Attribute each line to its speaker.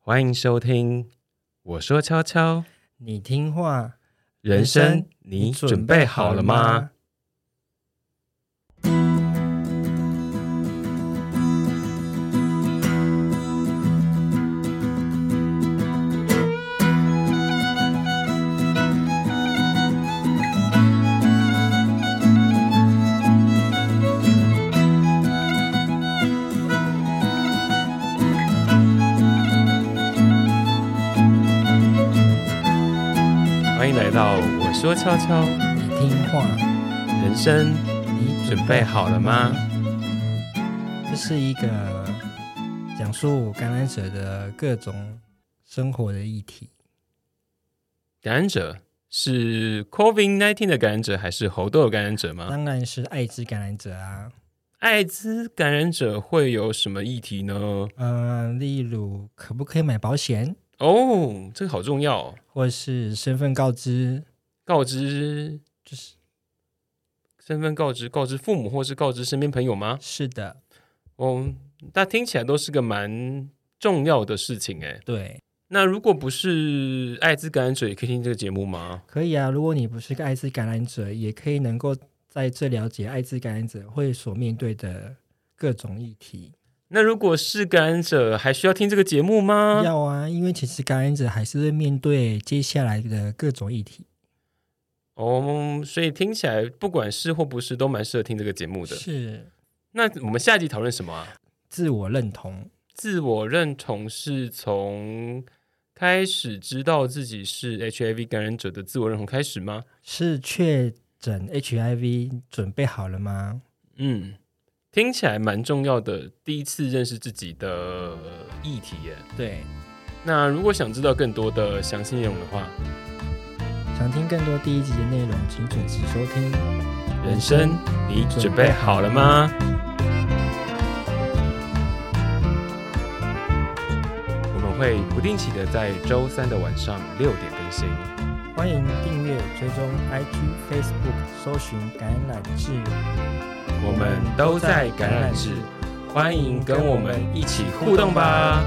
Speaker 1: 欢迎收听。我说悄悄，
Speaker 2: 你听话，
Speaker 1: 人生你准备好了吗？？欢迎来到我说悄悄，
Speaker 2: 你听话，
Speaker 1: 人生
Speaker 2: 你
Speaker 1: 准备好了吗？
Speaker 2: 这是一个讲述感染者的各种生活的议题。
Speaker 1: 感染者是 COVID nineteen 的感染者，还是猴痘的感染者吗？
Speaker 2: 当然是艾滋感染者啊，
Speaker 1: 艾滋感染者会有什么议题呢？
Speaker 2: 嗯、例如可不可以买保险，
Speaker 1: 哦，这个好重要、哦，
Speaker 2: 或是身份告知，
Speaker 1: 告知
Speaker 2: 就是
Speaker 1: 身份告知，告知父母或是告知身边朋友吗？
Speaker 2: 是的，
Speaker 1: 哦，那听起来都是个蛮重要的事情哎。
Speaker 2: 对，
Speaker 1: 那如果不是艾滋感染者，也可以听这个节目吗？
Speaker 2: 可以啊。如果你不是个艾滋感染者，也可以能够在这了解艾滋感染者会所面对的各种议题。
Speaker 1: 那如果是感染者，还需要听这个节目吗？
Speaker 2: 要啊，因为其实感染者还是会面对接下来的各种议题。
Speaker 1: 哦，所以听起来不管是或不是，都蛮适合听这个节目的。
Speaker 2: 是
Speaker 1: 那我们下集讨论什么啊？
Speaker 2: 自我认同，
Speaker 1: 自我认同是从开始知道自己是 HIV 感染者的自我认同开始吗？
Speaker 2: 是确诊 HIV 准备好了吗？
Speaker 1: 嗯，听起来蛮重要的，第一次认识自己的议题耶。
Speaker 2: 对，
Speaker 1: 那如果想知道更多的详细内容的话，
Speaker 2: 想听更多第一集的内容，请准时收听。
Speaker 1: 人生你准备好了吗？我们会不定期的在周三的晚上六点更新。
Speaker 2: 欢迎订阅、追踪 IG、Facebook，搜寻“感染志
Speaker 1: 我们都在感染室，欢迎跟我们一起互动吧。